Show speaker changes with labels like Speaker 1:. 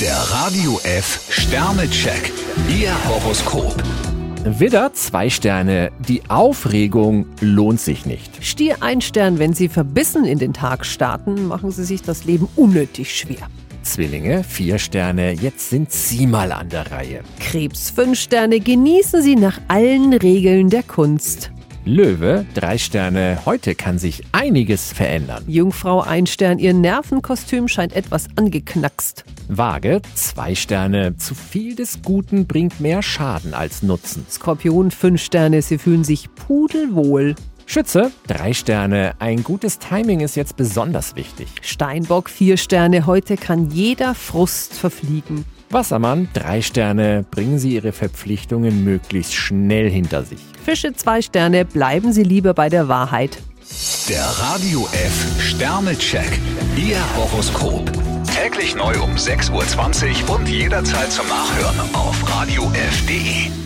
Speaker 1: Der Radio F Sternecheck. Ihr Horoskop.
Speaker 2: Widder, zwei Sterne. Die Aufregung lohnt sich nicht.
Speaker 3: Stier ein Stern, wenn Sie verbissen in den Tag starten, machen Sie sich das Leben unnötig schwer.
Speaker 2: Zwillinge, vier Sterne. Jetzt sind Sie mal an der Reihe.
Speaker 3: Krebs fünf Sterne, genießen Sie nach allen Regeln der Kunst.
Speaker 2: Löwe, drei Sterne. Heute kann sich einiges verändern.
Speaker 3: Jungfrau ein Stern, Ihr Nervenkostüm scheint etwas angeknackst.
Speaker 2: Waage, zwei Sterne. Zu viel des Guten bringt mehr Schaden als Nutzen.
Speaker 3: Skorpion fünf Sterne, Sie fühlen sich pudelwohl.
Speaker 2: Schütze, drei Sterne. Ein gutes Timing ist jetzt besonders wichtig.
Speaker 3: Steinbock vier Sterne, heute kann jeder Frust verfliegen.
Speaker 2: Wassermann, drei Sterne. Bringen Sie Ihre Verpflichtungen möglichst schnell hinter sich.
Speaker 3: Fische zwei Sterne, bleiben Sie lieber bei der Wahrheit.
Speaker 1: Der Radio F Sternecheck. Ihr Horoskop. Täglich neu um 6.20 Uhr und jederzeit zum Nachhören auf Radio radiof.de.